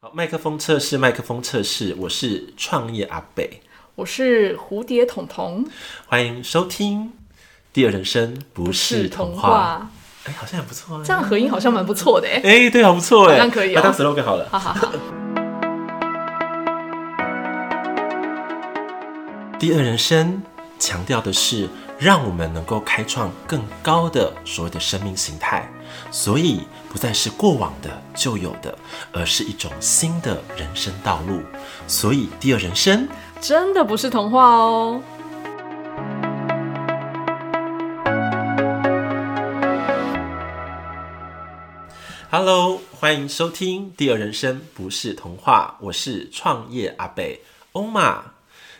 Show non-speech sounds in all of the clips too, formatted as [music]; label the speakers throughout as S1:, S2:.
S1: 好，麦克风测试，麦克风测试，我是创业阿北，
S2: 我是蝴蝶彤彤，
S1: 欢迎收听《第二人生不是童话》。哎，好像也不错啊
S2: 这。样合音好像蛮不错的哎。 [laughs]
S1: 哎，对，好不错哎，
S2: 好像可以
S1: 把
S2: 哦
S1: 它当 slogan 好了。
S2: 好好好，
S1: 第二人生强调的是，让我们能够开创更高的所谓的生命形态，所以不再是过往的旧有的，而是一种新的人生道路。所以，第二人生
S2: 真的不是童话哦。
S1: Hello，欢迎收听《第二人生不是童话》，我是创业阿北欧玛。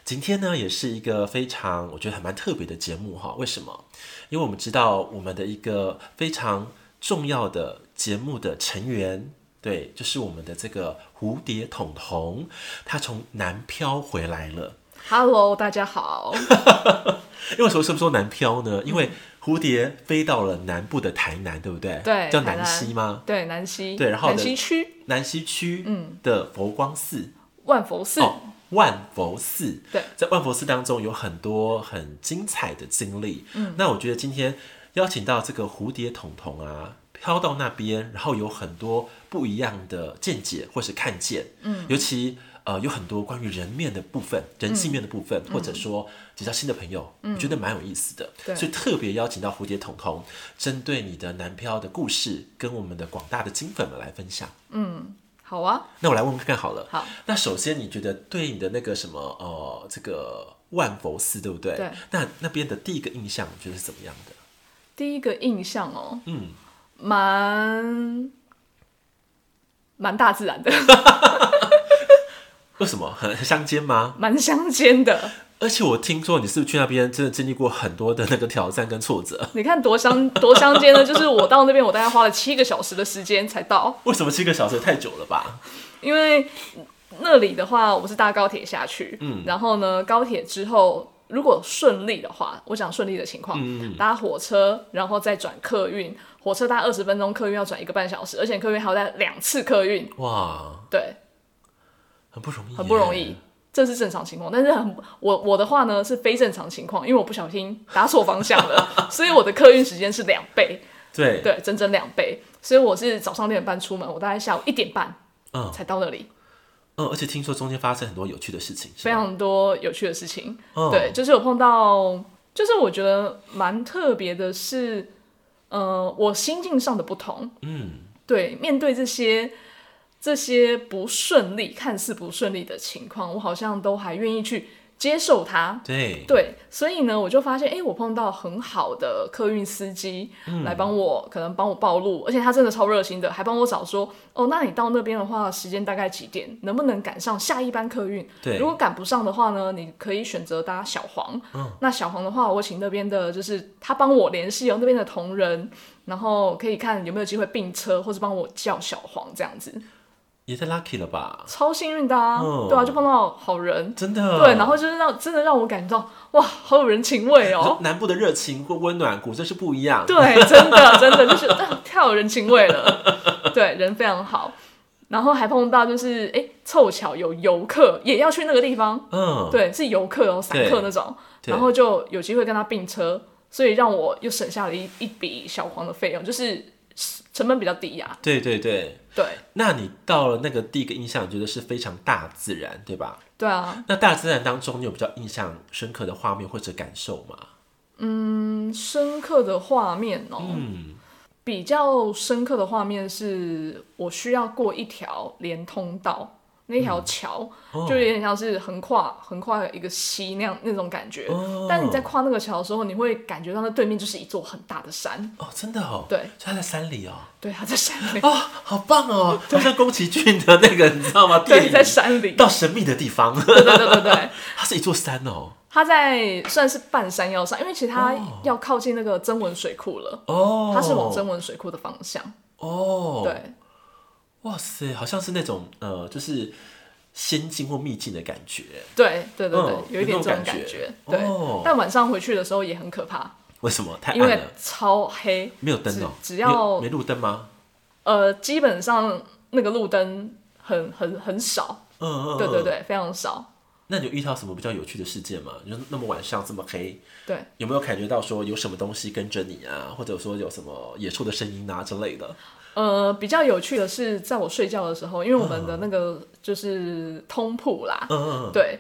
S1: 今天呢，也是一个非常我觉得还蛮特别的节目哈。为什么？因为我们知道我们的一个非常重要的节目的成员，对，就是我们的这个蝴蝶彤彤，她从南漂回来了。
S2: Hello，大
S1: [laughs]
S2: 家好，
S1: 因为为什么是不说南漂
S2: 嗯
S1: 呢？因为蝴蝶飞到了南部的台南，对不对？
S2: 对
S1: 叫
S2: 台
S1: 南
S2: 南
S1: 西吗？
S2: 对南溪，
S1: 对然后呢
S2: 南溪区
S1: 南西区
S2: 嗯
S1: 的佛光寺。
S2: 万佛寺，
S1: 哦，万佛寺。
S2: 对
S1: 在万佛寺当中有很多很精彩的经历。嗯，那我觉得今天邀请到这个蝴蝶彤彤啊，飘到那边，然后有很多不一样的见解或是看见。嗯，尤其。呃，有很多关于人面的部分、人性面的部分，或者说结交新的朋友，我觉得蛮有意思的。
S2: 对
S1: 所以特别邀请到蝴蝶彤彤，针对你的南漂的故事，跟我们的广大的金粉们来分享。
S2: 好啊，
S1: 那我来问问看好了。
S2: 好，
S1: 那首先你觉得对你的那个什么呃，这个万佛寺对不对？
S2: 对。
S1: 那那边的第一个印象你觉得是怎么样的？
S2: 第一个印象哦，
S1: 嗯，
S2: 蛮蛮大自然的， [laughs]
S1: 为什么 [laughs] 很很相间吗？
S2: 蛮乡间的。
S1: 而且我听说你是不是去那边真的经历过很多的那个挑战跟挫折？ [laughs]
S2: 你看多乡多乡间呢，就是我到那边，我大概花了七个小时的时间才到。
S1: 为什么七个小时也太久了吧？
S2: 因为那里的话，我是搭高铁下去，
S1: 嗯
S2: 然后呢，高铁之后如果顺利的话，我讲顺利的情况，
S1: 嗯
S2: 搭火车，然后再转客运，火车搭二十分钟，客运要转一个半小时，而且客运还要带两次客运，
S1: 哇，
S2: 对，
S1: 很不容易，
S2: 很不容易。。这是正常情况，但是很我我的话呢是非正常情况，因为我不小心打错方向了， [laughs] 所以我的客运时间是两倍，
S1: 对，
S2: 对，整整两倍。所以我是早上六点半出门，我大概下午一点半
S1: 嗯
S2: 才到那里。
S1: 嗯，而且听说中间发生很多有趣的事情，是
S2: 非
S1: 吗
S2: 常多有趣的事情。
S1: 嗯
S2: 对，就是有碰到，就是我觉得蛮特别的是，呃，我心境上的不同。
S1: 嗯
S2: 对，面对这些这些不顺利、看似不顺利的情况，我好像都还愿意去接受它。
S1: 对
S2: 对，所以呢，我就发现，哎、我碰到很好的客运司机、来帮我，可能帮我报路，而且他真的超热心的，还帮我找说，哦，那你到那边的话，时间大概几点？能不能赶上下一班客运？
S1: 对
S2: 如果赶不上的话呢，你可以选择搭小黄。
S1: 嗯
S2: 那小黄的话，我请那边的，就是他帮我联系哦那边的同仁，然后可以看有没有机会并车，或是帮我叫小黄这样子，
S1: 也太 lucky 了吧？
S2: 超幸运的啊！
S1: 嗯
S2: 对啊，就碰到好人。
S1: 真的
S2: 对，然后就是让真的让我感到哇，好有人情味哦！
S1: 南部的热情或温暖，果真是不一样。
S2: 对，真的真的就是、啊、太有人情味了，对，人非常好。然后还碰到就是哎、诶凑巧有游客也要去那个地方，
S1: 嗯，
S2: 对，是游客哦，散客那种，
S1: 对
S2: 然后就有机会跟他并车，所以让我又省下了一一笔小黄的费用，就是成本比较低呀、
S1: 对对对。
S2: 对，
S1: 那你到了那个第一个印象，你觉得是非常大自然，对吧？
S2: 对啊，
S1: 那大自然当中，你有比较印象深刻的画面或者感受吗？
S2: 嗯，深刻的画面哦，
S1: 嗯，
S2: 比较深刻的画面是我需要过一条连通道，那条桥、
S1: 哦
S2: 就有点像是横跨横跨一个溪那样那种感觉。
S1: 哦
S2: 但你在跨那个桥的时候，你会感觉到那对面就是一座很大的山，
S1: 哦，真的哦，
S2: 对
S1: 所以它在山里哦，
S2: 对，啊它在山里，
S1: 哦，好棒哦，好像宫崎骏的那个，你知道吗？电
S2: [laughs] [laughs] 对，
S1: 影
S2: 在山里，对
S1: 到神秘的地方， [laughs]
S2: 对对对对，
S1: 它是一座山哦，
S2: 它在算是半山腰上，因为其实它
S1: 哦
S2: 要靠近那个增文水库了，
S1: 哦，
S2: 它是往增文水库的方向，
S1: 哦，，
S2: 对。
S1: 哇塞，好像是那种呃，就是仙境或秘境的感觉，
S2: 对对对对，
S1: 嗯
S2: 有
S1: 有
S2: 一点这
S1: 那种
S2: 种
S1: 感
S2: 感
S1: 觉
S2: 觉。对，
S1: 哦
S2: 但晚上回去的时候也很可怕，
S1: 为什么？太
S2: 因
S1: 暗
S2: 为
S1: 了，
S2: 超黑，
S1: 没有灯哦，
S2: 只只要
S1: 没没路灯吗？
S2: 呃，基本上那个路灯很很很少，
S1: 嗯嗯，
S2: 对对。对，非常少。
S1: 那你有遇到什么比较有趣的事件吗？你说那么晚上这么黑，
S2: 对，
S1: 有没有感觉到说有什么东西跟着你啊，或者说有什么野兽的声音啊之类的？
S2: 呃，比较有趣的是，在我睡觉的时候，因为我们的那个就是通铺啦，
S1: 嗯嗯，嗯
S2: 对，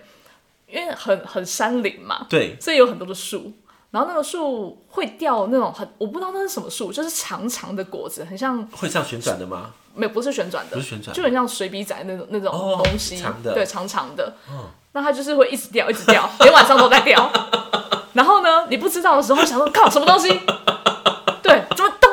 S2: 因为很很山林嘛，
S1: 对，
S2: 所以有很多的树，然后那个树会掉那种很我不知道那是什么树，就是长长的果子，很像
S1: 会这样旋转的吗？
S2: 没不是旋转的，
S1: 不是旋转
S2: 就很像水笔仔那种那种
S1: 哦
S2: 东西，
S1: 长的嗯
S2: 对，长长的，那它就是会一直掉，一直掉，连晚上都在掉。 [laughs] 然后呢，你不知道的时候，想说靠什么东西，对，怎么动？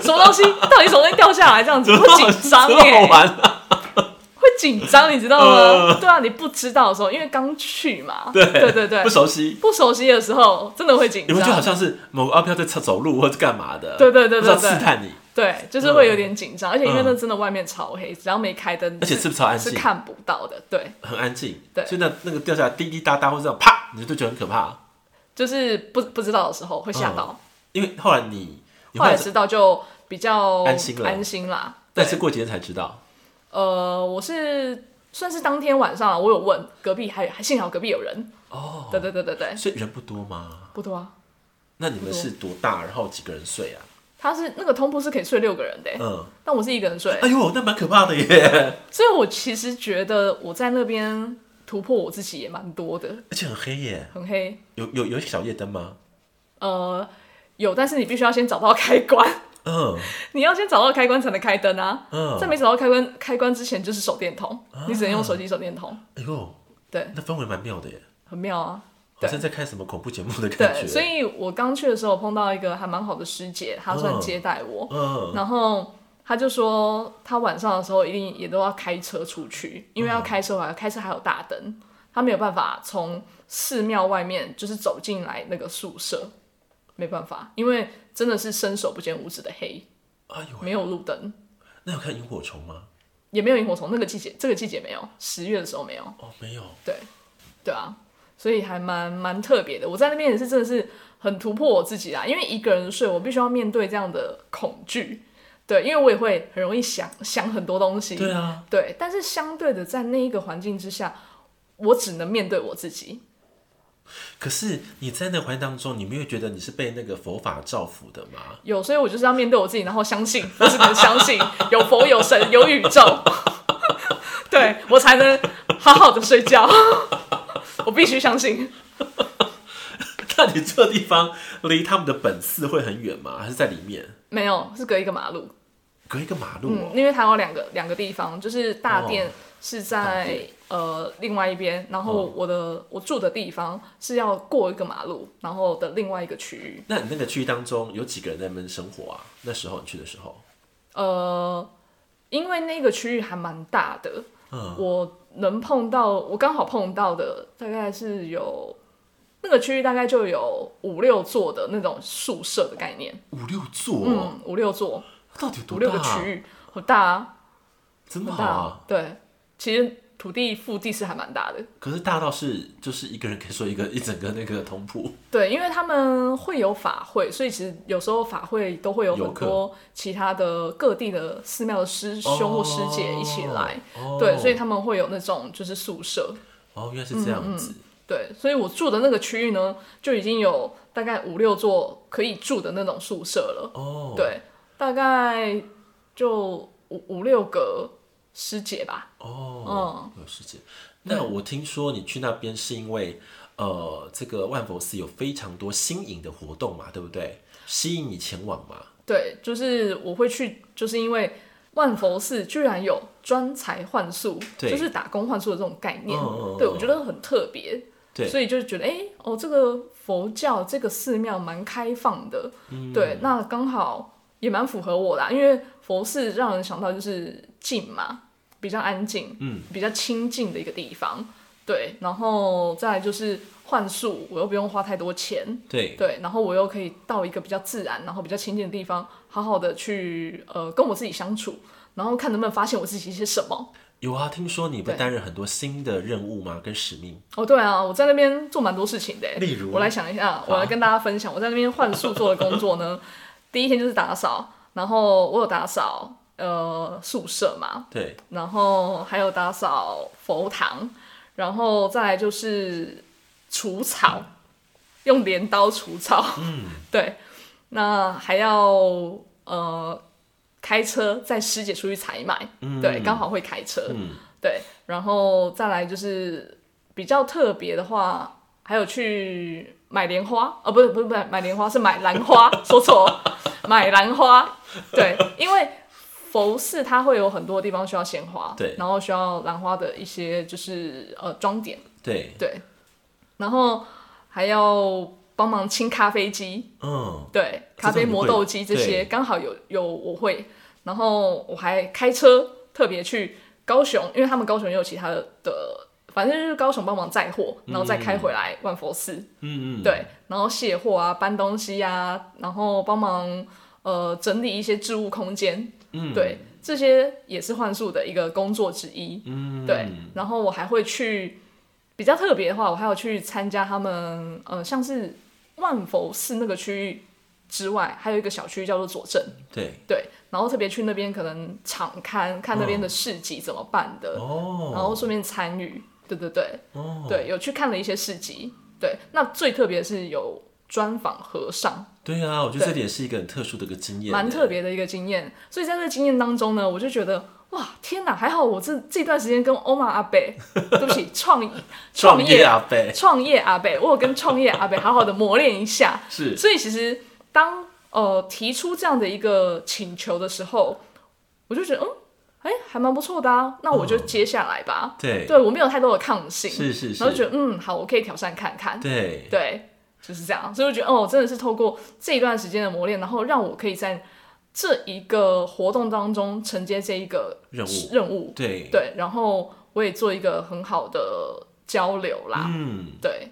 S2: 什么东西？到底什么东西掉下来？这样子会紧
S1: [laughs]
S2: 张
S1: 怎么
S2: 耶、
S1: 好玩啊！
S2: 会紧张，你知道吗？
S1: 呃
S2: 对啊，你不知道的时候，因为刚去嘛，
S1: 对
S2: [laughs] 对对对
S1: 不，熟悉，
S2: 不熟悉的时候，真的会紧
S1: 你们就好像
S2: 张。
S1: 是某个阿飘在走走路或者干嘛的，
S2: 对对对对
S1: 不知道
S2: 对
S1: 刺探你，
S2: 对，就是会有点紧张，而且因为
S1: 嗯
S2: 那真的外面超黑，只要没开灯，
S1: 而且是不是超安
S2: 是
S1: 静，
S2: 看不到的。对，
S1: 很安静，
S2: 对
S1: 所以那那个掉下来滴滴答答或者这样啪，你就觉得很可怕。
S2: 就是不不知道的时候会吓到，
S1: 因为后来你你后
S2: 后
S1: 来
S2: 来知道就比较
S1: 安心了
S2: 安心啦。
S1: 但是过几天才知道，
S2: 呃，我是算是当天晚上啊，我有问隔壁还，还幸好隔壁有人。哦，对对对对对，
S1: 所以人不多吗？
S2: 不多啊。
S1: 那你们是多大？然后几个人睡啊？
S2: 他是那个通铺是可以睡六个人的欸、
S1: 嗯，
S2: 但我是一个人睡，
S1: 哎呦，那蛮可怕的耶，
S2: 所以我其实觉得我在那边突破我自己也蛮多的，
S1: 而且很黑耶。
S2: 很黑。
S1: 有有有小夜灯吗？
S2: 呃，有，但是你必须要先找到开关，
S1: 嗯
S2: 你要先找到开关才能开灯啊。
S1: 嗯，啊
S2: 在没找到开关开关之前，就是手电筒，你只能用手机手电筒。
S1: 哎呦，
S2: 对，
S1: 那氛围蛮妙的耶，
S2: 很妙啊。
S1: 好
S2: 对
S1: 像在看什么恐怖节目的感
S2: 对，
S1: 觉。
S2: 所，以我刚去的时候碰到一个还蛮好的师姐，她算接待我，
S1: 嗯，
S2: 然后她就说她晚上的时候一定也都要开车出去，因为要开车还开车还有大灯，她没有办法从寺庙外面就是走进来那个宿舍，没办法，因为真的是伸手不见五指的黑，
S1: 哎呦，
S2: 没有路灯，
S1: 那有看萤火虫吗？
S2: 也没有萤火虫，那个季节这个季节没有，十月的时候没有。
S1: 哦，没有。
S2: 对，对啊，所以还蛮蛮特别的。我在那边也是真的是很突破我自己啊啦，因为一个人睡，我必须要面对这样的恐惧。对，因为我也会很容易想想很多东西。
S1: 对啊，
S2: 对，但是相对的，在那一个环境之下，我只能面对我自己。
S1: 可是你在那个环境当中，你没有觉得你是被那个佛法造福的吗？
S2: 有，所以我就是要面对我自己，然后相信，我只能相
S1: [laughs]
S2: 信有佛有神有宇宙，对我才能好好的睡觉。我必须相信。
S1: 那你这地方离他们的本寺会很远吗？还是在里面
S2: 没有，是隔一个马路。
S1: 隔一个马路
S2: 嗯
S1: 哦？，
S2: 因为它有两个两个地方，就是大殿
S1: 哦
S2: 是
S1: 大
S2: 在
S1: 殿、
S2: 呃另外一边，然后
S1: 哦
S2: 我的、我住的地方是要过一个马路，然后的另外一个区域。
S1: 那你那个区域当中有几个人在那边生活啊？那时候你去的时候，
S2: 呃，因为那个区域还蛮大的，
S1: 嗯
S2: 我能碰到我刚好碰到的大概是有那个区域大概就有五六座的那种宿舍的概念，
S1: 五六座、哦，
S2: 嗯，五六座
S1: 到底有多大、
S2: 五六个
S1: 啊？
S2: 区域，很大啊，
S1: 真的
S2: 很
S1: 好
S2: 大
S1: 啊！
S2: 对，其实土地腹地是还蛮大的。
S1: 可是大到是就是一个人可以说一个一整个那个同铺，
S2: 对，因为他们会有法会，所以其实有时候法会都会有
S1: 游
S2: 很
S1: 客
S2: 多其他的各地的寺庙的师兄或师姐一起来。
S1: 哦
S2: 对，所以他们嗯会有那种就是宿舍。
S1: 哦原来是这样子，
S2: 对，所以我住的那个区域呢，就已经有大概五六座可以住的那种宿舍了。
S1: 哦
S2: 对，大概就五五六个师姐吧。
S1: 哦，
S2: 嗯
S1: 有时间。那我听说你去那边是因为呃，这个万佛寺有非常多新颖的活动嘛，对不对？吸引你前往嘛？
S2: 对，就是我会去，就是因为万佛寺居然有专才换宿，
S1: 对
S2: 就是打工换宿的这种概念，
S1: 嗯嗯嗯
S2: 对我觉得很特别。
S1: 对
S2: 所以就觉得，哎、哦，这个佛教这个寺庙蛮开放的，
S1: 嗯
S2: 对，那刚好也蛮符合我啦，因为佛寺让人想到就是静嘛，比较安静，
S1: 嗯，
S2: 比较清静的一个地方，对，然后再来就是换宿，我又不用花太多钱，
S1: 对，
S2: 对，然后我又可以到一个比较自然，然后比较亲近的地方，好好的去呃跟我自己相处，然后看能不能发现我自己一些什么。
S1: 有啊，听说你不
S2: 对
S1: 担任很多新的任务吗？跟使命？
S2: 哦，对啊，我在那边做蛮多事情的欸。
S1: 例如
S2: 我来想一下，我来跟大家 [laughs] 分享我在那边换宿做的工作呢。第一天就是打扫，然后我有打扫，呃宿舍嘛，
S1: 对，
S2: 然后还有打扫佛堂，然后再来就是除草，用镰刀除草。嗯，对。那还要呃开车载师姐出去采买，对，刚好会开车。
S1: 嗯，
S2: 对，然后再来就是比较特别的话，还有去买莲花，呃，不是不是不是买莲花，是买兰花，说错了，买兰花。对，因为佛寺它会有很多地方需要鲜花，
S1: 对
S2: 然后需要兰花的一些就是呃装点，
S1: 对，
S2: 对，然后还要帮忙清咖啡机，
S1: 嗯，
S2: 对，
S1: 这
S2: 咖啡
S1: 种你
S2: 磨
S1: 会
S2: 豆机这些
S1: 对
S2: 刚好有有我会，然后我还开车特别去高雄，因为他们高雄也有其他的的，反正就是高雄帮忙载货，然后再开回来万佛寺，
S1: 嗯嗯，
S2: 对，然后卸货啊、搬东西啊，然后帮忙呃整理一些置物空间，
S1: 嗯
S2: 对，这些也是幻术的一个工作之一，
S1: 嗯，
S2: 对，然后我还会去比较特别的话，我还有去参加他们呃，像是万佛寺那个区域之外，还有一个小区叫做左镇，
S1: 对，
S2: 对，然后特别去那边可能场刊看那边的市集怎么办的，
S1: 嗯哦，
S2: 然后顺便参与，对对对
S1: 哦，
S2: 对，有去看了一些市集，对，那最特别的是有专访和尚，
S1: 对啊，我觉得这
S2: 对
S1: 点是一个很特殊的一个经验，
S2: 蛮特，别的一个经验。所以在这个经验当中呢，我就觉得哇，天哪！还好我这这段时间跟欧玛阿北，对不起，创
S1: [laughs] 创
S2: 业
S1: 业啊阿贝
S2: 创业阿北，我有跟创业阿北好好的磨练一下。
S1: 是
S2: 所以其实当呃提出这样的一个请求的时候，我就觉得嗯，哎、还蛮不错的啊，那我就接下来吧。
S1: 对
S2: 对我没有太多的抗性，
S1: 嗯是是
S2: 然后觉
S1: 是，
S2: 得嗯，好，我可以挑战看看。
S1: 对
S2: 对，就是这样。所以我觉得，哦，真的是透过这一段时间的磨练，然后让我可以在这一个活动当中承接这一个
S1: 任务
S2: 任务，
S1: 对，
S2: 对，然后我也做一个很好的交流啦，
S1: 嗯，
S2: 对，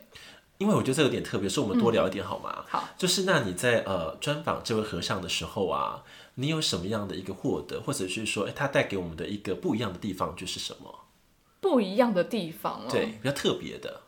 S1: 因为我觉得这有点特别，所以我们多聊一点好吗？
S2: 嗯好，
S1: 就是那你在呃专访这位和尚的时候啊，你有什么样的一个获得，或者是说，哎，他带给我们的一个不一样的地方就是什么？
S2: 不一样的地方哦，
S1: 对，比较特别的，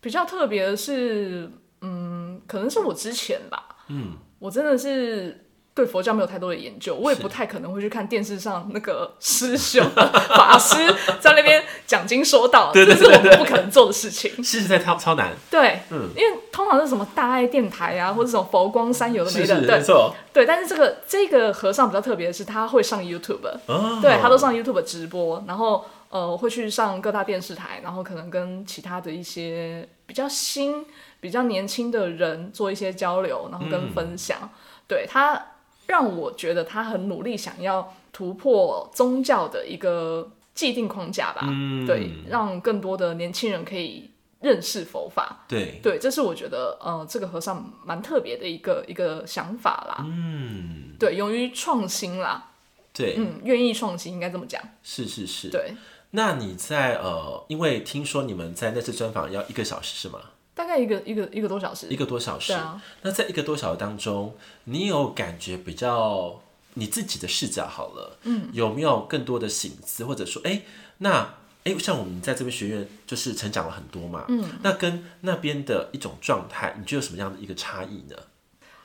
S2: 比较特别的是，嗯，可能是我之前吧，
S1: 嗯，
S2: 我真的是。对佛教没有太多的研究，我也
S1: 是
S2: 不太可能会去看电视上那个师兄、 [laughs] 法师在那边讲经说道，
S1: 对对
S2: 这是我们不可能做的事情。
S1: 是在超超难，
S2: 对，
S1: 嗯
S2: 因为通常是什么大爱电台啊，或者这种佛光山有的没
S1: 是
S2: 的，
S1: 是没
S2: 对
S1: 错，
S2: 对。但是这个这个和尚比较特别的是，他会上 YouTube，、
S1: 哦，
S2: 对他都上 YouTube 直播，然后呃会去上各大电视台，然后可能跟其他的一些比较新、比较年轻的人做一些交流，然后跟分享。
S1: 嗯
S2: 对他让我觉得他很努力，想要突破宗教的一个既定框架吧，
S1: 嗯
S2: 对，让更多的年轻人可以认识佛法。
S1: 对，
S2: 对，这是我觉得呃，这个和尚蛮特别的一个一个想法啦。
S1: 嗯，
S2: 对，勇于创新啦，
S1: 对，
S2: 嗯，愿意创新应该这么讲。
S1: 是是是，
S2: 对，
S1: 那你在呃，因为听说你们在那次专访要一个小时是吗？
S2: 大概一个一个一个多小时
S1: 一。个多小时。
S2: 对啊
S1: 那在一个多小时当中，你有感觉比较你自己的视角好了，嗯，有没有更多的醒思，或者说，哎、那哎、像我们在这边学院就是成长了很多嘛，嗯，那跟那边的一种状态，你觉得有什么样的一个差异呢？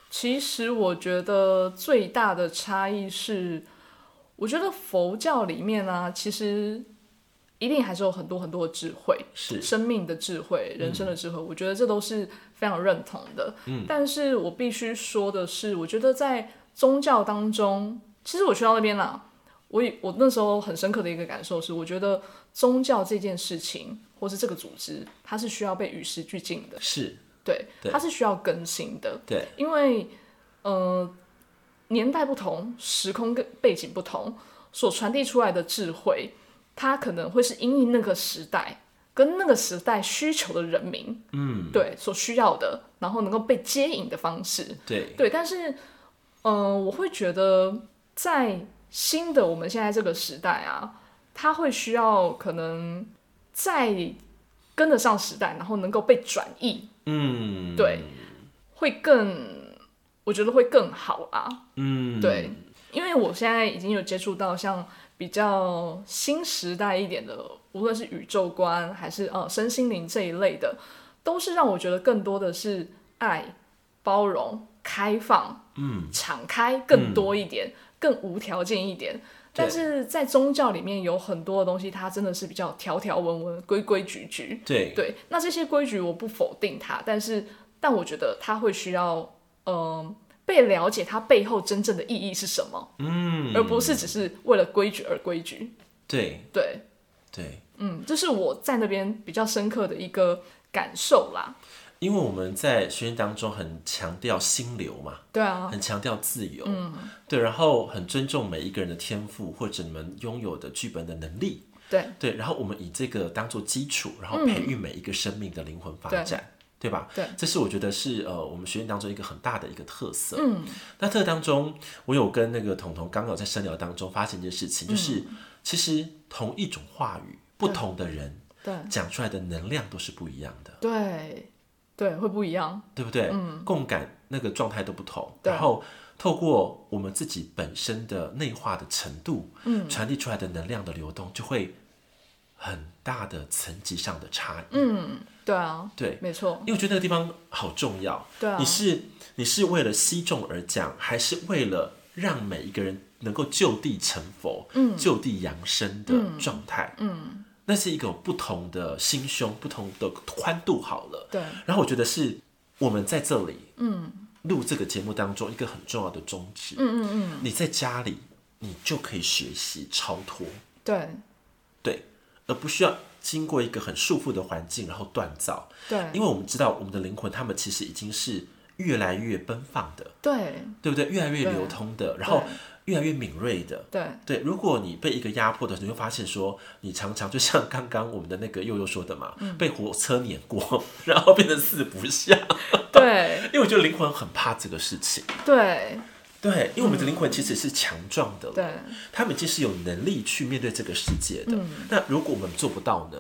S2: 其实我觉得最大的差异是，我觉得佛教里面呢、啊其实一定还是有很多很多的智慧，
S1: 是嗯
S2: 生命的智慧、人生的智慧，我觉得这都是非常认同的。
S1: 嗯
S2: 但是我必须说的是，我觉得在宗教当中，其实我去到那边啦，我也我那时候很深刻的一个感受是，我觉得宗教这件事情，或是这个组织，它是需要被与时俱进的，
S1: 是，
S2: 对，
S1: 对
S2: 它是需要更新的，
S1: 对，
S2: 因为呃年代不同，时空跟背景不同，所传递出来的智慧，它可能会是因应那个时代跟那个时代需求的人民，
S1: 嗯，
S2: 对所需要的，然后能够被接引的方式，
S1: 对，
S2: 对。但是，呃，我会觉得在新的我们现在这个时代啊，它会需要可能再跟得上时代，然后能够被转译，
S1: 嗯，
S2: 对，会更，我觉得会更好啊。
S1: 嗯，
S2: 对，因为我现在已经有接触到像比较新时代一点的，无论是宇宙观还是呃身心灵这一类的，都是让我觉得更多的是爱、包容、开放、
S1: 嗯，
S2: 敞开更多一点，更无条件一点。但是在宗教里面有很多的东西，它真的是比较条条文文、规规矩矩。
S1: 对
S2: 对，那这些规矩我不否定它，但是但我觉得它会需要，嗯、被了解它背后真正的意义是什么，嗯，而不是只是为了规矩而规矩。
S1: 对
S2: 对，
S1: 对，
S2: 嗯，这是我在那边比较深刻的一个感受啦。
S1: 因为我们在学院当中很强调心流嘛，
S2: 对啊，
S1: 很强调自由，嗯，对，然后很尊重每一个人的天赋或者你们拥有的剧本的能力，
S2: 对
S1: 对，然后我们以这个当做基础，然后培育每一个生命的灵魂发展。嗯对吧？
S2: 对
S1: 这是我觉得是呃，我们学院当中一个很大的一个特色。嗯，那特当中，我有跟那个彤彤刚好在深聊当中发现一件事情，就是、其实同一种话语，不同的人
S2: 对
S1: 讲出来的能量都是不一样的，
S2: 对对，会不一样。
S1: 对不对？嗯，共感那个状态都不同，
S2: 对
S1: 然后透过我们自己本身的内化的程度，嗯，传递出来的能量的流动就会很大的层级上的差异。
S2: 对啊，
S1: 对，
S2: 没错，
S1: 因为我觉得那个地方好重要。
S2: 对啊
S1: 你是你是为了惜众而讲，还是为了让每一个人能够就地成佛、嗯、就地扬升的状态？嗯，那是一个有不同的心胸、不同的宽度。好了，
S2: 对
S1: 然后我觉得是我们在这里，嗯，录这个节目当中一个很重要的宗旨。嗯嗯嗯，你在家里，你就可以学习超脱，
S2: 对
S1: 对，而不需要经过一个很束缚的环境，然后锻造。因
S2: 对
S1: 为我们知道我们的灵魂，他们其实已经是越来越奔放的，
S2: 对
S1: 对不对？越来越流通的，然后越来越敏锐的。
S2: 对
S1: 对，如果你被一个压迫的时候，你会发现说，你常常就像刚刚我们的那个悠悠说的嘛，被火车碾过， [laughs] 然后变成四不像。
S2: 对
S1: 因为我觉得灵魂很怕这个事情，
S2: 对
S1: 对，因为我们的灵魂其实是强壮的了，
S2: 对
S1: 他们已经是有能力去面对这个世界的。那如果我们做不到呢？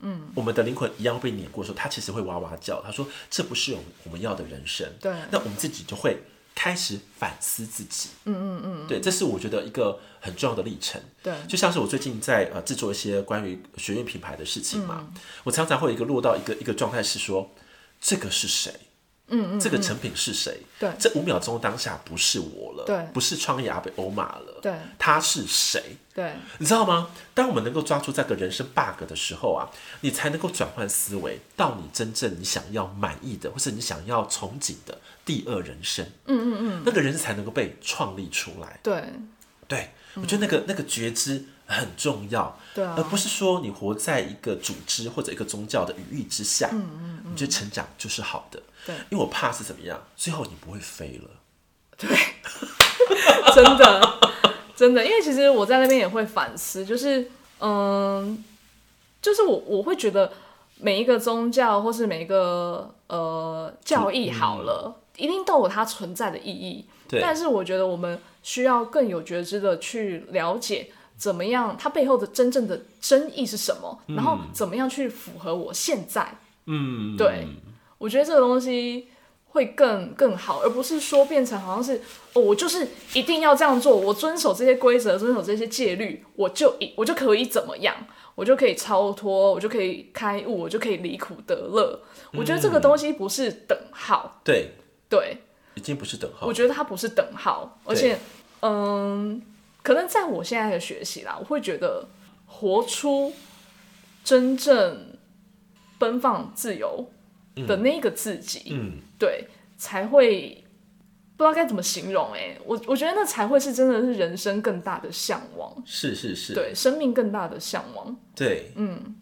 S1: 嗯，我们的灵魂一样被碾过的时候，他其实会哇哇叫。他说：“这不是我们我们要的人生。”
S2: 对
S1: 那我们自己就会开始反思自己。嗯嗯嗯，对，这是我觉得一个很重要的历程。
S2: 对
S1: 就像是我最近在呃制作一些关于学院品牌的事情嘛，我常常会有一个落到一个一个状态是说，这个是谁？嗯嗯，这个成品是谁？
S2: 对
S1: 这五秒钟当下不是我了，
S2: 对
S1: 不是创业阿贝欧玛了，
S2: 对
S1: 他是谁？
S2: 对
S1: 你知道吗？当我们能够抓住这个人生 bug 的时候啊，你才能够转换思维，到你真正你想要满意的，或是你想要憧憬的第二人生。嗯嗯嗯，那个人生才能够被创立出来。
S2: 对
S1: 对，我觉得那个那个觉知很重要，
S2: 对啊
S1: 而不是说你活在一个组织或者一个宗教的语义之下，嗯嗯你觉得成长就是好的。
S2: 对
S1: 因为我怕是怎么样，最后你不会飞了。
S2: 真的真的，因为其实我在那边也会反思，就是嗯，就是我我会觉得每一个宗教或是每一个呃教义好了，一定都有它存在的意义。
S1: 嗯对
S2: 但是我觉得我们需要更有觉知的去了解。怎么样？它背后的真正的真意是什么？然后怎么样去符合我现在
S1: 嗯，
S2: 对，我觉得这个东西会更更好，而不是说变成好像是哦，我就是一定要这样做，我遵守这些规则，遵守这些戒律，我就一我就可以怎么样，我就可以超脱，我就可以开悟，我就可以离苦得乐。我觉得这个东西不是等号，
S1: 对，
S2: 对，
S1: 已经不是等号
S2: 我。觉得它不是等号，而且，嗯，可能在我现在的学习啦，我会觉得活出真正奔放自由的那个自己，
S1: 嗯，
S2: 对，才会不知道该怎么形容哎、我我觉得那才会是真的是人生更大的向往，
S1: 是是是，
S2: 对，生命更大的向往，
S1: 对，嗯，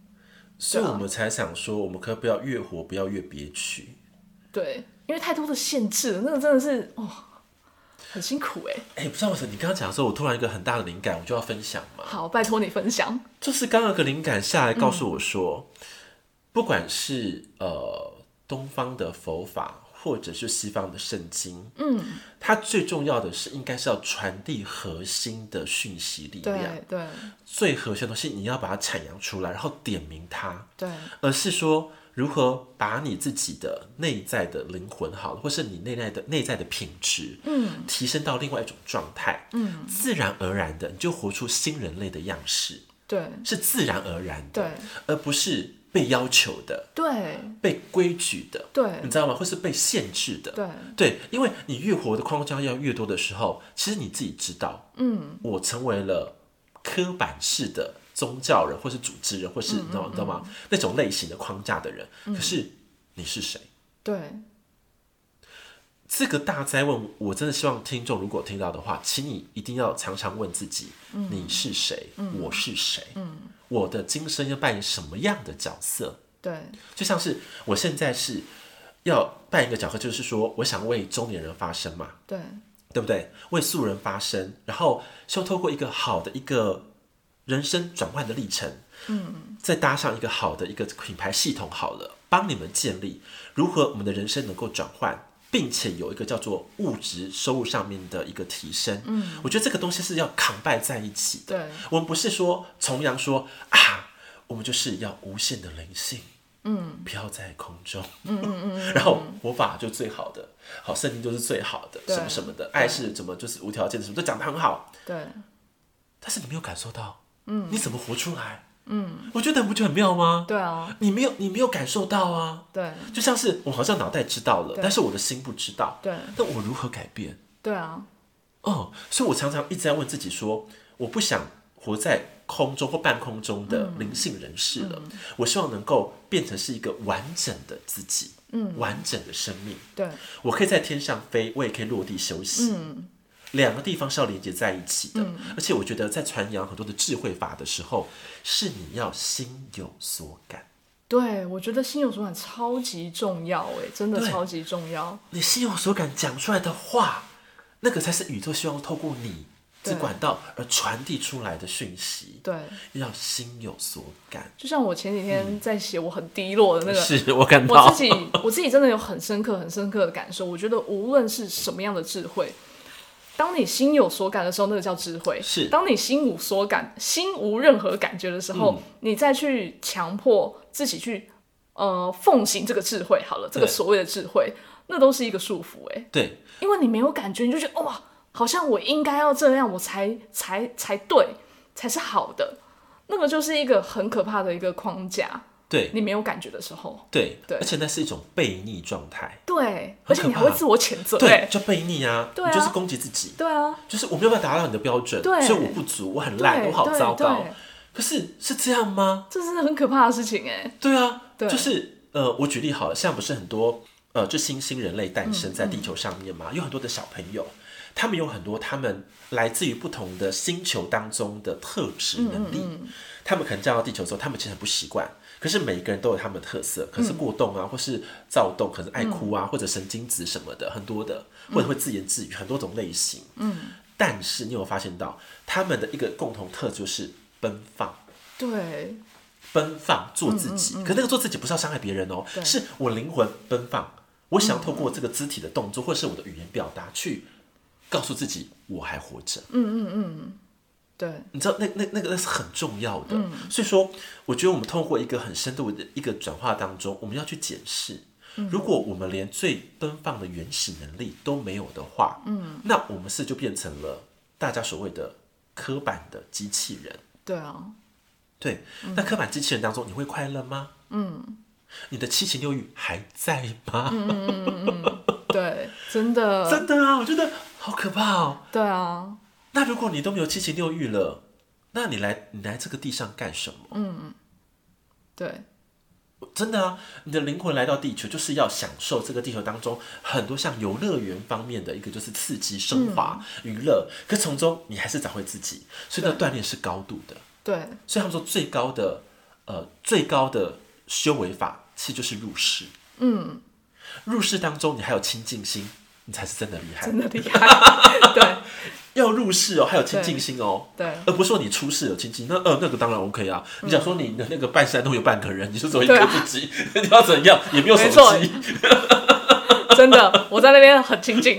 S1: 所以
S2: 对啊
S1: 我们才想说，我们可不要越活，不要越憋屈。
S2: 对，因为太多的限制了，那个真的是哦，很辛苦哎、
S1: 哎、不知道为什么你刚刚讲的时候，我突然一个很大的灵感，我就要分享嘛。
S2: 好，拜托你分享，
S1: 就是刚刚有个灵感下来告诉我说，
S2: 嗯
S1: 不管是呃东方的佛法，或者是西方的圣经，嗯，它最重要的是应该是要传递核心的讯息力量，
S2: 对对
S1: 最核心的东西你要把它阐扬出来，然后点明它，
S2: 对
S1: 而是说如何把你自己的内在的灵魂好了，或是你内在的内在的品质，嗯，提升到另外一种状态，嗯，自然而然的你就活出新人类的样式，
S2: 对
S1: 是自然而然的，
S2: 对，
S1: 而不是。被要求的、
S2: 对
S1: 被规矩的，
S2: 对
S1: 你知道吗？会是被限制的。
S2: 对
S1: 对，因为你越活的框架要越多的时候，其实你自己知道，嗯，我成为了刻板式的宗教人，或是组织人，或是你知道你知道吗？那种类型的框架的人，可是你是谁？
S2: 对，
S1: 这个大灾问，我真的希望听众如果听到的话，请你一定要常常问自己：你是谁？我是谁？我的今生要扮演什么样的角色？
S2: 对，
S1: 就像是我现在是要扮演一个角色，就是说我想为中年人发声嘛，
S2: 对，
S1: 对不对？为素人发声，然后希望透过一个好的一个人生转换的历程，嗯，再搭上一个好的一个品牌系统，好了，帮你们建立如何我们的人生能够转换，并且有一个叫做物质收入上面的一个提升。嗯，我觉得这个东西是要扛拜在一起的。
S2: 对，
S1: 我们不是说崇洋说啊，我们就是要无限的灵性。嗯，飘在空中，嗯 [laughs] 嗯嗯，然后佛法就最好的，好圣经就是最好的，
S2: 对
S1: 什么什么的，
S2: 对
S1: 爱是怎么就是无条件，什么都讲得很好，
S2: 对，
S1: 但是你没有感受到，嗯，你怎么活出来？嗯，我觉得不就很妙吗？
S2: 对啊，
S1: 你没有，你没有感受到啊，
S2: 对，
S1: 就像是我好像脑袋知道了，但是我的心不知道，
S2: 对，
S1: 那我如何改变？
S2: 对啊，
S1: 哦，所以我常常一直在问自己说，我不想活在空中或半空中的灵性人士了，我希望能够变成是一个完整的自己，嗯，完整的生命。
S2: 对，
S1: 我可以在天上飞，我也可以落地休息。两个地方是要连接在一起的，而且我觉得在传扬很多的智慧法的时候，是你要心有所感。
S2: 对，我觉得心有所感超级重要，哎，真的
S1: 对
S2: 超级重要，
S1: 你心有所感讲出来的话，那个才是宇宙希望透过你这
S2: 对
S1: 管道而传递出来的讯息。
S2: 对。
S1: 要心有所感。
S2: 就像我前几天在写我很低落的那
S1: 嗯
S2: 个，
S1: 是哦我感
S2: 我
S1: 到
S2: 自己我自己真的有很深刻、很深刻的感受。我觉得无论是什么样的智慧，当你心有所感的时候，那个叫智慧；
S1: 是
S2: 当你心无所感、心无任何感觉的时
S1: 嗯
S2: 候，你再去强迫自己去呃奉行这个智慧，好了，这个
S1: 对
S2: 所谓的智慧，那都是一个束缚哎、欸
S1: 对
S2: 因为你没有感觉，你就觉得哇，好像我应该要这样，我才才才对，才是好的。那个就是一个很可怕的一个框架，
S1: 对
S2: 你没有感觉的时候，
S1: 对
S2: 对
S1: 而且那是一种悖逆状态。
S2: 对，
S1: 很可
S2: 而
S1: 怕
S2: 且你还会自我谴责，
S1: 对
S2: 哎，
S1: 就悖逆啊，
S2: 对啊
S1: 你就是攻击自己，
S2: 对啊，
S1: 就是我没有办法达到你的标准，
S2: 对
S1: 所以我不足，我很烂，
S2: 对
S1: 我好糟糕
S2: 对对。
S1: 可是是这样吗？
S2: 这是很可怕的事情哎，
S1: 对啊，
S2: 对
S1: 就是呃，我举例好了，像不是很多呃，就新兴人类诞生在地球上面嘛，有很多的小朋友，他们有很多他们来自于不同的星球当中的特质能力，他们可能降到地球之后，他们其实很不习惯。可是每个人都有他们的特色，可是过动啊，或是躁动，可能爱哭啊，或者神经质什么的，很多的，或者会自言自语，很多种类型。嗯，但是你有发现到他们的一个共同特质就是奔放。
S2: 对
S1: 奔放做自己，可那个做自己不是要伤害别人哦，是我灵魂奔放，我想透过这个肢体的动作或是我的语言表达去告诉自己我还活着。
S2: 对
S1: 你知道那那那个那是很重要的，所以说我觉得我们通过一个很深度的一个转化当中，我们要去检视。如果我们连最奔放的原始能力都没有的话，嗯，那我们是就变成了大家所谓的刻板的机器人。
S2: 对 [laughs] 啊，
S1: 对，那刻板机器人当中，你会快乐吗？嗯，你的七情六欲还在吗？
S2: 对，真的，
S1: 真的啊，我觉得好可怕哦。
S2: 对啊，
S1: 那如果你都没有七情六欲了，那你来你来这个地上干什么？
S2: 对
S1: 真的啊，你的灵魂来到地球，就是要享受这个地球当中很多像游乐园方面的一个就是刺激、升华、娱乐，可从中你还是找回自己，所以那锻炼是高度的。
S2: 对
S1: 所以他们说最高的呃最高的修为法其实就是入世。嗯，入世当中你还有清净心，你才是真的厉害。
S2: 真的厉害，对
S1: 要入世哦，还有清净心哦。
S2: 对
S1: 而不是说你出世有清净，那呃那个当然 OK 啊。你想说你的那个半山都有半个人，你就只有一
S2: 对
S1: 个
S2: 啊
S1: 自己， [laughs] 你要怎样？也没有手
S2: 没错
S1: 机，
S2: 真的，我在那边很亲近，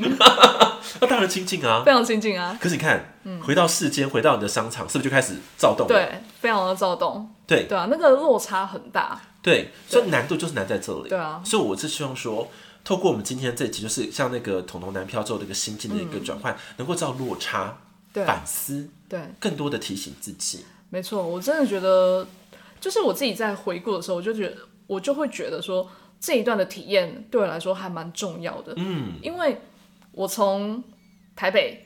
S1: 那当然清净啊。
S2: 非常亲近啊，
S1: 可是你看，回到世间，回到你的商场，是不是就开始躁动了？
S2: 对，非常的躁动，
S1: 对
S2: 对啊，那个落差很大，
S1: 对，所以难度就是难在这里。
S2: 对啊
S1: 所以我是希望说，透过我们今天这一集，就是像那个《统统南漂》之后的一个心境的一个转换，能够知道落差，
S2: 嗯对
S1: 反思，
S2: 对。
S1: 更多的提醒自己。
S2: 没错，我真的觉得就是我自己在回顾的时候，我就觉得我就会觉得说这一段的体验对我来说还蛮重要的，嗯，因为我从台北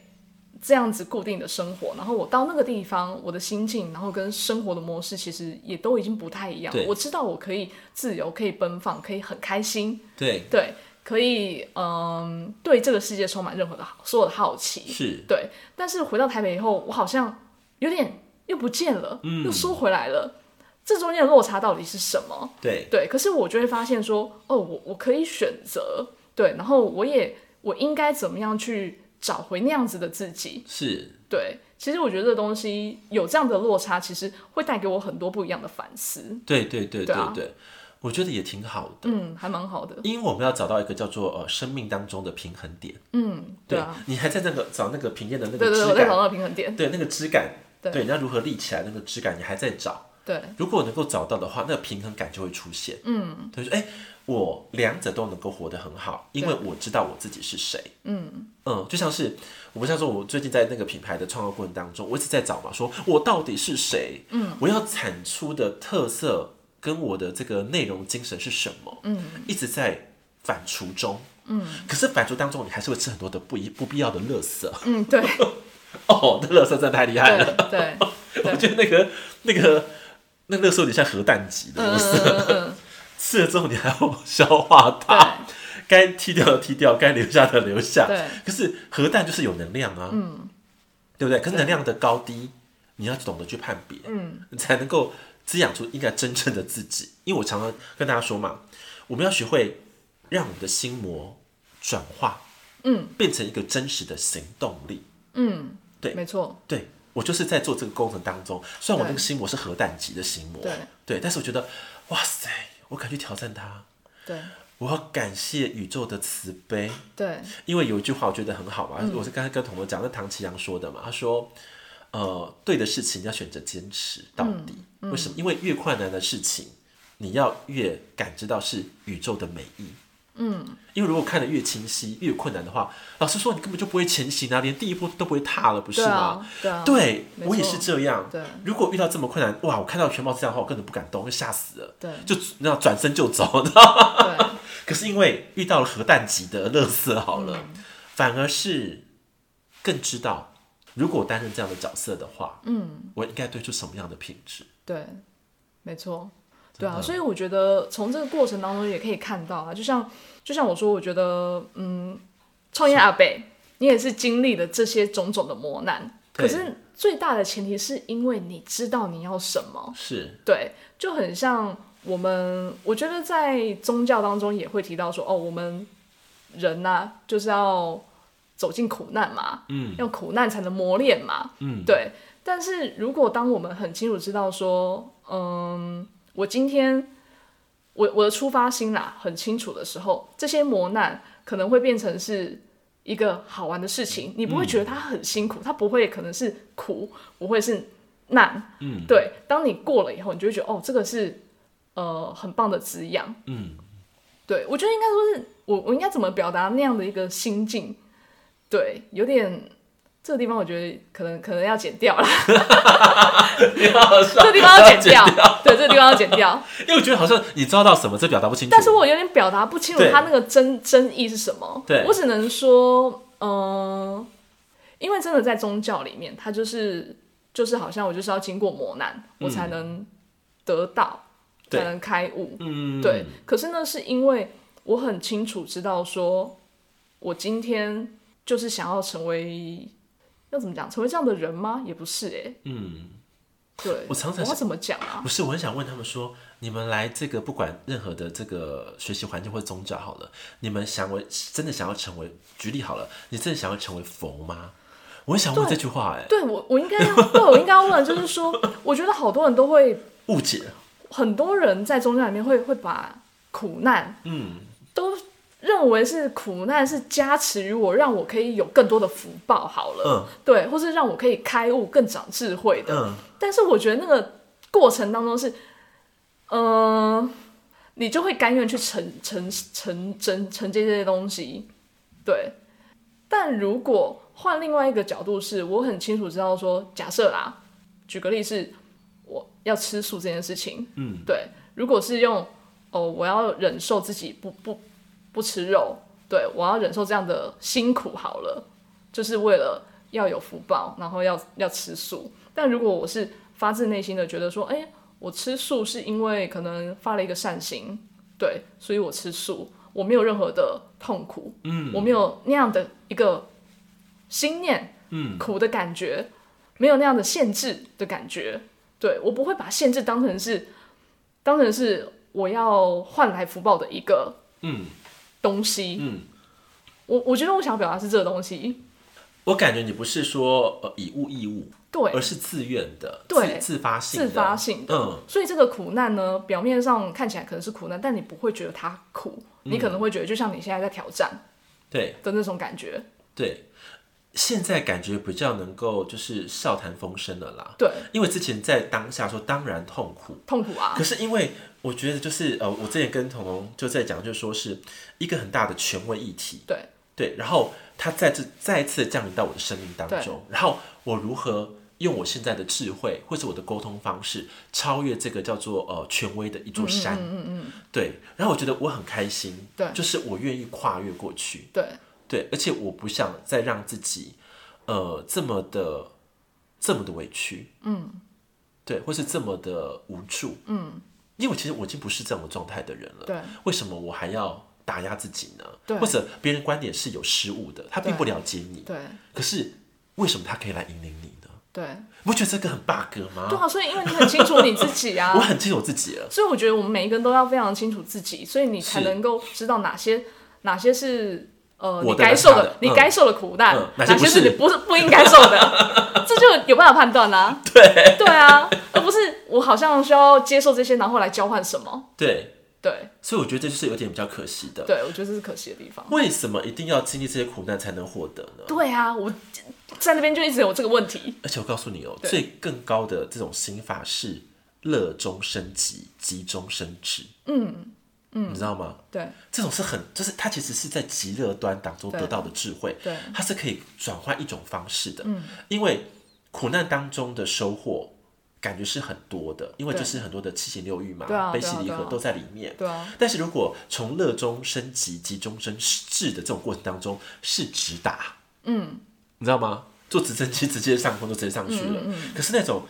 S2: 这样子固定的生活，然后我到那个地方，我的心境，然后跟生活的模式其实也都已经不太一样
S1: 对。
S2: 我知道我可以自由，可以奔放，可以很开心，
S1: 对，
S2: 对，可以嗯，对这个世界充满任何的好，所有的好奇，
S1: 是，
S2: 对。但是回到台北以后，我好像有点又不见了，又缩回来了。这中间的落差到底是什么？
S1: 对，
S2: 对，可是我就会发现说，哦，我我可以选择，对，然后我也我应该怎么样去找回那样子的自己？
S1: 是，
S2: 对，其实我觉得这东西有这样的落差，其实会带给我很多不一样的反思。
S1: 对对对
S2: 对
S1: 对
S2: 啊
S1: 对，我觉得也挺好的，
S2: 嗯，还蛮好的。
S1: 因为我们要找到一个叫做呃生命当中的平衡点。
S2: 嗯，对啊，，
S1: 你还在那个找那个平面的那个
S2: 对对对，
S1: 质
S2: 我在找
S1: 感，
S2: 到平衡点。
S1: 对那个质感，
S2: 对
S1: 对，你要如何立起来那个质感，你还在找。
S2: 对，
S1: 如果能够找到的话，那个平衡感就会出现。嗯，就是哎、我两者都能够活得很好，因为我知道我自己是谁。嗯嗯，就像是我不像说，我最近在那个品牌的创造过程当中，我一直在找嘛，说我到底是谁？嗯，我要产出的特色跟我的这个内容精神是什么？嗯，一直在反刍中。嗯，可是反刍当中，你还是会吃很多的不一不必要的垃圾。 [laughs]
S2: 嗯，对，
S1: 哦，那垃圾真的太厉害了。
S2: 对，对，
S1: 我觉得那个那个那个垃圾有点像核弹级的，
S2: 嗯嗯嗯，
S1: 吃了之后你还要消化它， [laughs] 该踢掉的踢掉，该留下的留下。
S2: 对
S1: 可是核弹就是有能量啊，嗯，对不对？可是能量的高低，你要懂得去判别，嗯，你才能够滋养出应该真正的自己。因为我常常跟大家说嘛，我们要学会让我们的心魔转化，嗯，变成一个真实的行动力。
S2: 对，没错，
S1: 对我就是在做这个工程当中，虽然我那个
S2: 对
S1: 心魔是核弹级的心魔，
S2: 对
S1: 但是我觉得，哇塞，我敢去挑战它，
S2: 对，
S1: 我要感谢宇宙的慈悲，
S2: 对，
S1: 因为有一句话我觉得很好嘛，
S2: 嗯
S1: 我是刚才跟彤彤讲，那唐奇阳说的嘛，他说，呃，对的事情要选择坚持到底，
S2: 嗯
S1: 为什么？因为越困难的事情，你要越感知到是宇宙的美意。嗯，因为如果看得越清晰、越困难的话，老实说，你根本就不会前行啊，连第一步都不会踏了，不是
S2: 对
S1: 吗
S2: 啊？，对啊，
S1: 对
S2: 没
S1: 我也
S2: 错
S1: 是这样。
S2: 对
S1: 如果遇到这么困难，哇，我看到全貌这样的话，我根本不敢动，会吓死了。
S2: 对
S1: 就那转身就走，你 [laughs] 知道吗？
S2: 对，
S1: 可是因为遇到了核弹级的乐色，好了，
S2: 嗯
S1: 反而是更知道，如果我担任这样的角色的话，嗯，我应该对出什么样的品质？
S2: 对，没错，对啊，所以我觉得从这个过程当中也可以看到啊，就像就像我说，我觉得嗯，创业阿北，你也是经历了这些种种的磨难，
S1: 对
S2: 可是最大的前提是因为你知道你要什么，
S1: 是
S2: 对，就很像我们，我觉得在宗教当中也会提到说，哦，我们人呐、就是要走进苦难嘛，嗯，要苦难才能磨练嘛，嗯，对。但是如果当我们很清楚知道说，嗯，我今天我我的出发心啦、很清楚的时候，这些磨难可能会变成是。一个好玩的事情，你不会觉得它很辛苦，它不会可能是苦，不会是难，对，当你过了以后，你就会觉得哦，这个是呃很棒的滋养。
S1: 嗯，
S2: 对我觉得应该说是我我应该怎么表达那样的一个心境？对，有点这个地方我觉得可能可能要剪掉了，这个地方要剪
S1: [laughs]
S2: 掉，对，这个地方要剪掉。
S1: 因为我觉得好像你知道到什么，这表达不清楚。
S2: 但是我有点表达不清楚
S1: 对
S2: 他那个真真意是什么。
S1: 对
S2: 我只能说，嗯、因为真的在宗教里面，它就是就是好像我就是要经过磨难，我才能得到，
S1: 对
S2: 才能开悟。
S1: 嗯，
S2: 对，可是呢，是因为我很清楚知道说，我今天就是想要成为。要怎么讲？成为这样的人吗？也不是哎、
S1: 嗯，
S2: 对，
S1: 我常常
S2: 我要怎么讲啊？
S1: 不是，我很想问他们说，你们来这个不管任何的这个学习环境或宗教好了，你们想为真的想要成为，举例好了，你真的想要成为佛吗？我很想问这
S2: 对
S1: 句话、哎，
S2: 对我，我应该要，对我应该要问，就是说， [laughs] 我觉得好多人都会
S1: 误解，
S2: 很多人在宗教里面会会把苦难
S1: 嗯，
S2: 都认为是苦难是加持于我，让我可以有更多的福报，好了，
S1: 嗯
S2: 对，或是让我可以开悟、更长智慧的。
S1: 嗯，
S2: 但是我觉得那个过程当中是，嗯、你就会甘愿去承承承承承接这些东西，对。但如果换另外一个角度是，我很清楚知道说，假设啦，举个例是，我要吃素这件事情。
S1: 嗯，
S2: 对，如果是用哦，我要忍受自己不不不吃肉，对我要忍受这样的辛苦好了，就是为了要有福报，然后要要吃素。但如果我是发自内心的觉得说，哎、我吃素是因为可能发了一个善行，对，所以我吃素，我没有任何的痛苦，嗯，我没有那样的一个心念，
S1: 嗯，
S2: 苦的感觉，没有那样的限制的感觉，对我不会把限制当成是当成是我要换来福报的一个
S1: 嗯
S2: 东西，
S1: 嗯，
S2: 我我觉得我想表达是这个东西，
S1: 我感觉你不是说呃以物易物，
S2: 对，
S1: 而是自愿的，
S2: 对
S1: 自自发性的，
S2: 自发性的。
S1: 嗯
S2: 所以这个苦难呢，表面上看起来可能是苦难，但你不会觉得它苦，你可能会觉得就像你现在在挑战
S1: 对
S2: 的那种感觉。
S1: 对。现在感觉比较能够就是笑谈风生了啦，
S2: 对，
S1: 因为之前在当下说当然痛苦，
S2: 痛苦啊
S1: 可，是因为我觉得就是呃，我之前跟彤彤就在讲，就是说是一个很大的权威议题，
S2: 对
S1: 对，然后它再次再次降临到我的生命当中，然后我如何用我现在的智慧或是我的沟通方式，超越这个叫做呃权威的一座山，嗯嗯对，然后我觉得我很开心，
S2: 对
S1: 就是我愿意跨越过去，
S2: 对
S1: 对，而且我不想再让自己呃这么的这么的委屈，嗯，对，或是这么的无助，嗯，因为我其实我已经不是这种状态的人了，
S2: 对，
S1: 为什么我还要打压自己呢？
S2: 对
S1: 或者别人观点是有失误的，他并不了解你，
S2: 对
S1: 可是为什么他可以来引领你呢？
S2: 对，
S1: 你不觉得这个很 bug
S2: 对
S1: 吗？
S2: 啊，所以因为你很清楚你自己啊
S1: [laughs] 我，很清楚我自己了，
S2: 所以我觉得我们每一个人都要非常清楚自己，所以你才
S1: 是
S2: 能够知道哪些哪些是呃
S1: 我
S2: 你
S1: 的
S2: 该受
S1: 哪些
S2: 的
S1: 的，
S2: 你
S1: 嗯
S2: 该受的苦难
S1: 嗯，哪
S2: 哪
S1: 些不
S2: 是
S1: 是
S2: 你不是不应该受的， [laughs] 这就有办法判断啦、
S1: [laughs]
S2: 对对啊，而不是我好像需要接受这些，然后来交换什么？
S1: 对，
S2: 对
S1: 所以我觉得这就是有点比较可惜的。
S2: 对，我觉得这是可惜的地方。
S1: 为什么一定要经历这些苦难才能获得呢？
S2: 对啊，我在那边就一直有这个问题。
S1: 而且我告诉你哦，
S2: 对
S1: 最更高的这种心法是乐中生极，急中生智。嗯嗯，你知道吗？
S2: 对
S1: 这种是很，就是它其实是在极乐端当中
S2: 对
S1: 得到的智慧，
S2: 对
S1: 它是可以转换一种方式的。嗯，因为苦难当中的收获感觉是很多的，因为
S2: 对
S1: 就是很多的七情六欲嘛，
S2: 对啊
S1: 悲
S2: 对
S1: 喜
S2: 啊
S1: 离
S2: 对啊
S1: 合都在里面。
S2: 对啊，
S1: 但是如果从乐中升级、急中生智的这种过程当中，是直达，嗯，你知道吗？坐直升机直接上空就直接上去了。
S2: 嗯
S1: 可是那种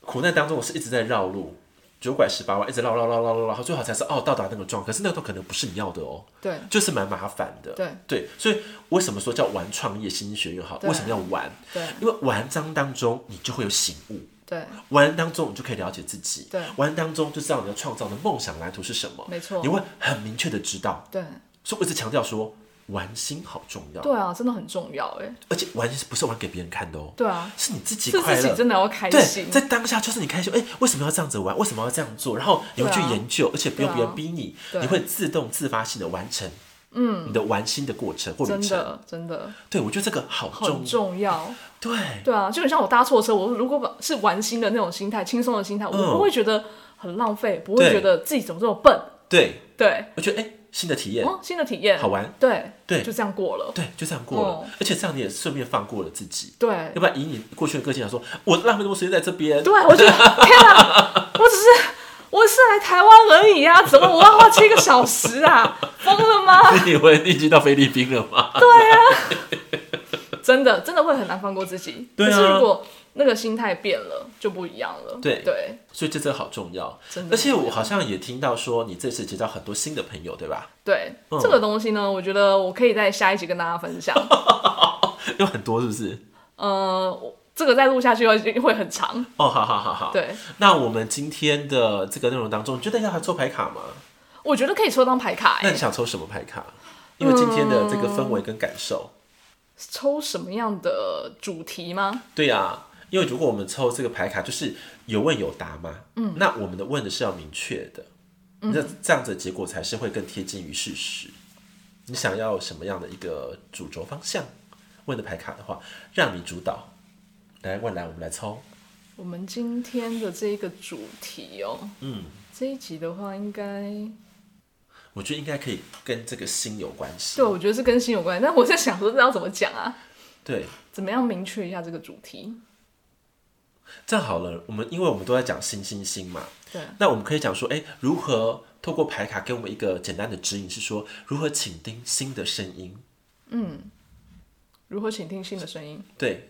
S1: 苦难当中，我是一直在绕路，九拐十八弯，一直绕绕绕绕绕绕，最后才是哦到达那个状态。可是那都可能不是你要的哦，
S2: 对
S1: 就是蛮麻烦的。
S2: 对
S1: 所以为什么说叫玩创业新兴学院好？
S2: 对
S1: 为什么要玩？
S2: 对
S1: 因为玩章当中你就会有醒悟。
S2: 对
S1: 玩当中，你就可以了解自己。
S2: 对
S1: 玩当中就知道你要创造的梦想蓝图是什么。
S2: 没错
S1: 你会很明确的知道。
S2: 对
S1: 所以我一直强调说，玩心好重要。
S2: 对啊，真的很重要哎。
S1: 而且玩心是不是玩给别人看的哦？
S2: 对啊，
S1: 是你自己
S2: 是
S1: 快
S2: 自己
S1: 乐。
S2: 真的要开
S1: 对，
S2: 心。
S1: 在当下就是你开心，哎、为什么要这样子玩？为什么要这样做？然后你会去
S2: 对啊
S1: 研究，而且不用别
S2: 对啊
S1: 人逼你，
S2: 对
S1: 你会自动自发性的完成，嗯，你的玩心的过程或旅
S2: 嗯真
S1: 程。
S2: 的真的
S1: 对，我觉得这个好重
S2: 很重要。
S1: 对，
S2: 对啊，就很像我搭错车，我如果把是玩心的那种心态、轻松的心态，我
S1: 嗯
S2: 不会觉得很浪费，不会
S1: 对
S2: 觉得自己怎么这么笨。
S1: 对，
S2: 对，
S1: 我觉得哎、新的体验，
S2: 哦，新的体验
S1: 好，玩，
S2: 对
S1: 对
S2: 就这样过了。
S1: 对，就这样过了，
S2: 哦
S1: 而且这样你也顺便放过了自己。
S2: 对
S1: 要，不然以你过去的个性来说，我浪费那么多时间在这边，
S2: 对，我觉得天啊，我只是我是来台湾而已啊，怎么我要花七个小
S1: [laughs]
S2: 时啊？疯了吗？
S1: [laughs] 你以为你已经到菲律宾了吗？
S2: 真的真的会很难放过自己。
S1: 对啊
S2: 可是如果那个心态变了，就不一样了。
S1: 对
S2: 对
S1: 所以这真的好重要
S2: 真。的
S1: 而且我好像也听到说，你这次结交很多新的朋友，对吧？ [laughs]
S2: 对、
S1: 嗯
S2: 这个东西呢，我觉得我可以在下一集跟大家
S1: [laughs]
S2: 分享。
S1: 有很多是不是？
S2: 呃，我这个再录下去会会很长。
S1: 哦，好好好好。。
S2: 对，
S1: 那我们今天的这个内容当中，你觉得要还抽牌卡吗？
S2: 我觉得可以抽当牌卡、
S1: 那
S2: 欸
S1: 你，想抽什么牌卡？因为今天的这个氛围跟感受，
S2: 抽什么样的主题吗？
S1: 对呀、因为如果我们抽这个牌卡，就是有问有答嘛。嗯。那我们的问的是要明确的，那这样子的结果才是会更贴近于事实。你想要什么样的一个主轴方向？问的牌卡的话，让你主导。来，问来，我们来抽。
S2: 我们今天的这个主题哦、
S1: 嗯，
S2: 这一集的话应该
S1: 我觉得应该可以跟这个心有关系
S2: 对，。我觉得是跟心有关，但我在想说这要怎么讲啊？
S1: 对，
S2: 怎么样明确一下这个主题？
S1: 这样好了，我们因为我们都在讲星星星嘛，
S2: 对，
S1: 那我们可以讲说，哎，如何透过牌卡给我们一个简单的指引，是说如何倾听新的声音。
S2: 如何倾听新的声音？
S1: 对，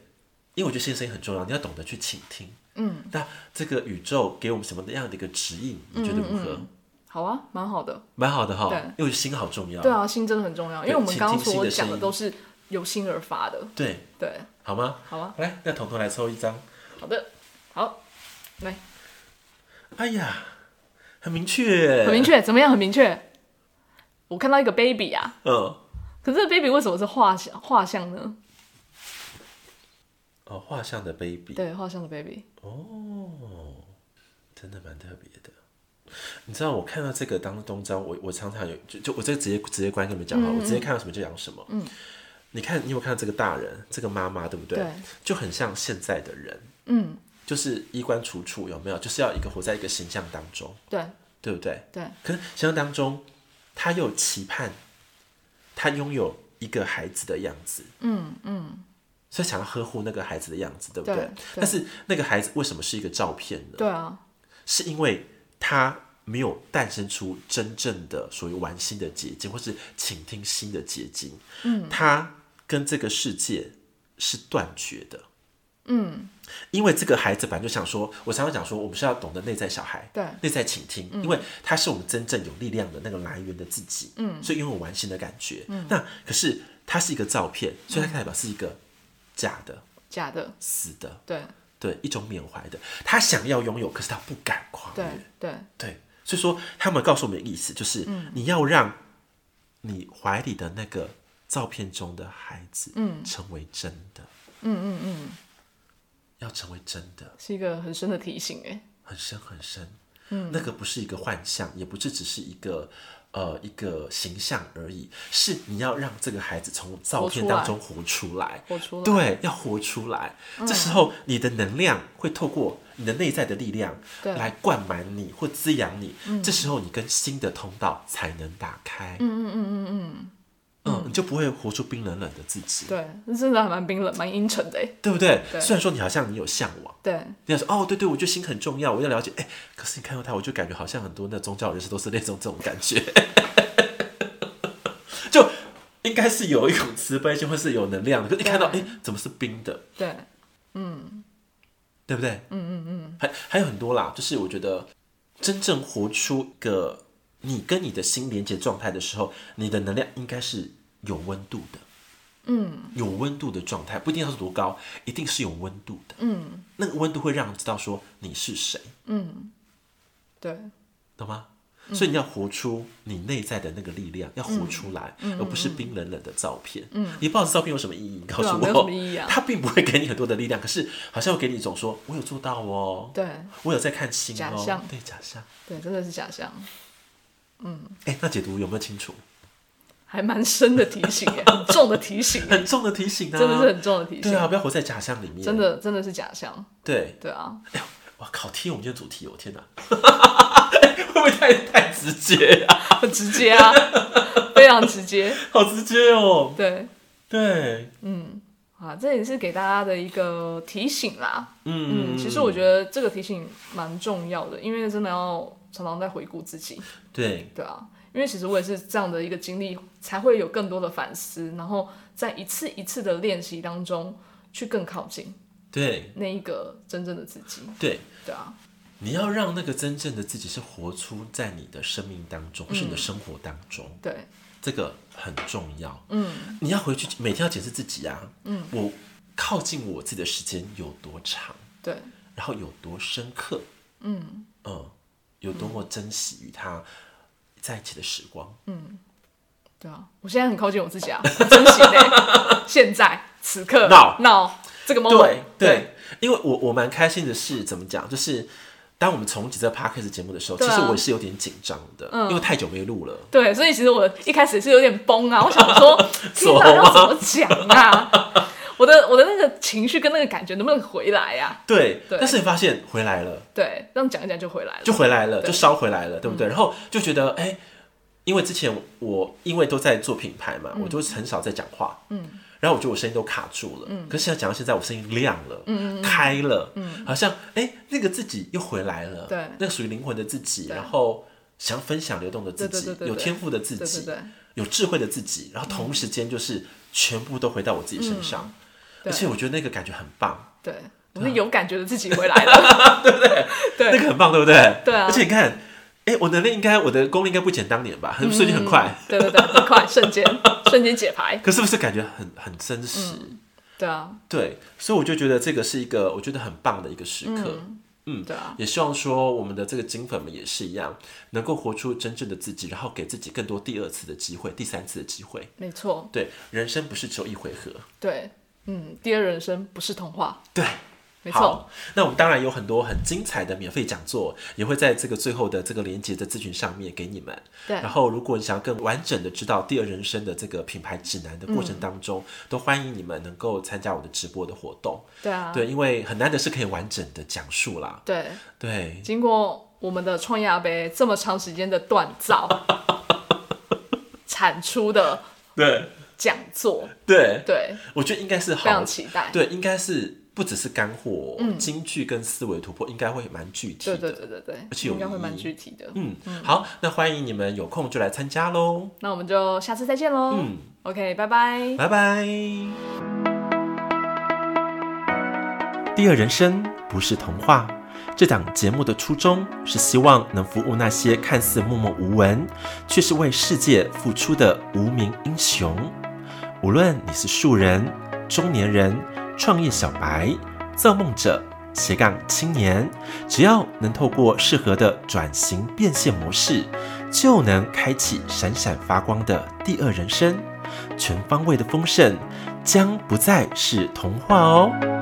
S1: 因为我觉得新的声音很重要，你要懂得去倾听。嗯，那这个宇宙给我们什么样的一个指引？你觉得如何？
S2: 好啊，蛮好的。
S1: 蛮好的哈
S2: 对，
S1: 因为心好重要。
S2: 对啊，心真的很重要，因为我们
S1: 倾
S2: 刚刚
S1: 听新
S2: 所
S1: 的声
S2: 讲的
S1: 音
S2: 都是由心而发的。
S1: 对，
S2: 对，
S1: 好吗？
S2: 好啊，
S1: 来，那彤彤来抽一张。
S2: 好的，好，来，
S1: 哎呀，很明确，
S2: 很明。确，怎么样？很明确。我看到一个 baby 啊，
S1: 嗯，
S2: 可是这个 baby 为什么是画像画像呢？
S1: 哦，画像的 baby，
S2: 对，画像的 baby，
S1: 哦真的蛮特别的。你知道我看到这个当东章，我我常常有就就我这个直接直接观跟你们讲哈，我直接看到什么就讲什么。嗯，你看你有没有看到这个大人，这个妈妈对不对？
S2: 对
S1: 就很像现在的人，
S2: 嗯，
S1: 就是衣冠楚楚，有没有？就是要一个活在一个形象当中，
S2: 对
S1: 对不对？
S2: 对，
S1: 可是想象当中，他又期盼，他拥有一个孩子的样子，嗯嗯，所以想要呵护那个孩子的样子，对不对？
S2: 对对
S1: 但是那个孩子为什么是一个照片呢？
S2: 对啊，
S1: 是因为他没有诞生出真正的所谓玩心的结晶，或是倾听心的结晶，嗯，他跟这个世界是断绝的，嗯，因为这个孩子本来就想说，我常常讲说，我们是要懂得内在小孩，
S2: 对
S1: 内在倾听，因为它是我们真正有力量的那个来源的自己，嗯，所以拥有完形的感觉。那可是它是一个照片，所以它代表是一个假的、
S2: 假的，
S1: 死的，
S2: 对
S1: 对，一种缅怀的。他想要拥有，可是他不敢跨
S2: 对
S1: 越，
S2: 对
S1: 对。所以说，他们告诉我们的意思就是，你要让你怀里的那个照片中的孩子，嗯，成为真的，嗯嗯嗯，要成为真的。
S2: 是一个很深的提醒哎。
S1: 很深很深。嗯，那个不是一个幻象，也不是只是一个呃一个形象而已，是你要让这个孩子从照片当中活出来，
S2: 活出来
S1: 对，要活出来。这时候你的能量会透过你的内在的力量
S2: 对
S1: 来灌满你或滋养你，这时候你跟新的通道才能打开。嗯嗯嗯嗯嗯，你就不会活出冰冷冷的自己，
S2: 对，那真的还蛮冰冷、蛮阴沉的哎。
S1: 对不对？
S2: 对
S1: 虽然说你好像你有向往。
S2: 对，
S1: 你想说哦，对对，我觉得心很重要，我要了解。哎，可是你看到他，我就感觉好像很多那宗教人士都是那种这种感觉， [laughs] 就应该是有一种慈悲心，或是有能量的。可是一看到，
S2: 对
S1: 哎，怎么是冰的，
S2: 对，
S1: 对不对？嗯嗯嗯。还还有很多啦，就是我觉得真正活出一个你跟你的心连接状态的时候，你的能量应该是有温度的。嗯，有温度的状态不一定要是多高，一定是有温度的。嗯，那个温度会让人知道说你是谁。
S2: 对，
S1: 懂吗？
S2: 嗯
S1: 所以你要活出你内在的那个力量，要活出来，
S2: 嗯
S1: 而不是冰冷冷的照片。嗯，你抱着照片有什么意义？你告诉
S2: 对啊
S1: 我，
S2: 没有什么意义啊
S1: 它并不会给你很多的力量，可是好像会给你一种说，我有做到哦，
S2: 对，
S1: [laughs] 我有在看星
S2: 假
S1: 哦
S2: 象，
S1: 对假象。
S2: 对，真的是假象，
S1: 哎、那解读有没有清楚？
S2: 还蛮深的提醒 [laughs] 哎，很重的提醒，
S1: 很重的提醒啊，
S2: 真的是很重的提醒
S1: 对，啊，不要活在假象里面，
S2: 真的真的是假象。
S1: 对。
S2: 对 [laughs] 啊，
S1: 哎呦，哇靠，贴我们今天主题哦，我天哪， [laughs] 会不会太太直接啊？
S2: 很直接啊，非常直接。
S1: 好直接哦，
S2: 对
S1: 对，
S2: 啊，这也是给大家的一个提醒啦。
S1: 嗯
S2: 嗯，其实我觉得这个提醒蛮重要的，因为真的要常常在回顾自己。
S1: 对，
S2: 对啊，因为其实我也是这样的一个经历，才会有更多的反思，然后在一次一次的练习当中，去更靠近
S1: 对，
S2: 那一个真正的自己。
S1: 对。
S2: 对啊，
S1: 你要让那个真正的自己是活出在你的生命当
S2: 嗯
S1: 中，是你的生活当中，
S2: 对，
S1: 这个很重要。嗯，你要回去每天要检视自己啊。嗯，我靠近我自己的时间有多长，
S2: 对，
S1: 然后有多深刻。嗯嗯，有多么珍惜与他在一起的时光。
S2: 对啊，我现在很靠近我自己啊，很珍惜嘞，现在此刻
S1: 闹
S2: 闹这个 moment，
S1: 对
S2: 哦对
S1: 对，因为我我蛮开心的是怎么讲，就是当我们重启这个 podcast 节目的时候，
S2: 对
S1: 其
S2: 啊嗯
S1: 实我也是有点紧张的，因为太久没录了。
S2: 对，所以其实我一开始是有点崩啊，我想
S1: [laughs]
S2: 说，天哪，要怎么讲啊？我的我的那个情绪跟那个感觉能不能回来呀、
S1: 对，
S2: 对
S1: 但是你发现回来了。
S2: 对，这样讲一讲就回来了。
S1: 就回来了，
S2: 对嗯
S1: 就烧回来了，对不对？然后就觉得，哎、因为之前我因为都在做品牌嘛，我就很少在讲话，嗯，然后我觉得我声音都卡住了，嗯，可是现在讲到现在，我声音亮了，嗯开了，嗯，好像哎、那个自己又回来了，
S2: 对
S1: 那个属于灵魂的自己，然后想分享流动的自己，
S2: 对对对对对
S1: 有天赋的自己，
S2: 对对对
S1: 有智慧的自己，然后同时间就是全部都回到我自己身上，而
S2: 嗯对
S1: 且我觉得那个感觉很棒，
S2: 对，我
S1: 啊
S2: 是有感觉的自己回来了，
S1: [laughs] 那
S2: 对不对？对，
S1: 个很棒，对不对？
S2: 对啊
S1: 而且你看，哎、我能力应该我的功力应该不减当年吧，很瞬间很快，
S2: 对对对，很快，瞬间瞬间解牌，
S1: 可是不是感觉很很真实？
S2: 对啊，
S1: 对，所以我就觉得这个是一个我觉得很棒的一个时刻。
S2: 对啊，
S1: 也希望说我们的这个金粉们也是一样，能够活出真正的自己，然后给自己更多第二次的机会、第三次的机会。
S2: 没错，
S1: 对，人生不是只有一回合。
S2: 对，嗯，第二人生不是童话，
S1: 对，
S2: 没错，
S1: 好，那我们当然有很多很精彩的免费讲座，也会在这个最后的这个连接的咨询上面给你们。
S2: 对
S1: 然后，如果你想要更完整的知道第二人生的这个品牌指南的过
S2: 嗯
S1: 程当中，都欢迎你们能够参加我的直播的活动。
S2: 对啊，
S1: 对，因为很难得是可以完整的讲述啦。
S2: 对，
S1: 对，
S2: 经过我们的创业阿杯这么长时间的锻
S1: [laughs]
S2: 造，产出的
S1: 对，
S2: 讲座，
S1: 对，
S2: 对，
S1: 我觉得应该是好
S2: 非常，期待，嗯
S1: 对，应该是不只是干货、京剧跟思维突破应该会蛮具体
S2: 对
S1: 的。
S2: 对对对对，
S1: 而且有
S2: 应该会
S1: 意义
S2: 蛮具体的。
S1: 嗯，好，那欢迎你们有空就来参加喽，
S2: 那我们就下次再见喽。
S1: 嗯
S2: OK，拜拜。
S1: 拜拜。第二人生不是童话。这档节目的初衷是希望能服务那些看似默默无闻，却是为世界付出的无名英雄。无论你是素人、中年人、创业小白、造梦者、斜杠青年，只要能透过适合的转型变现模式，就能开启闪闪发光的第二人生。全方位的丰盛将不再是童话哦。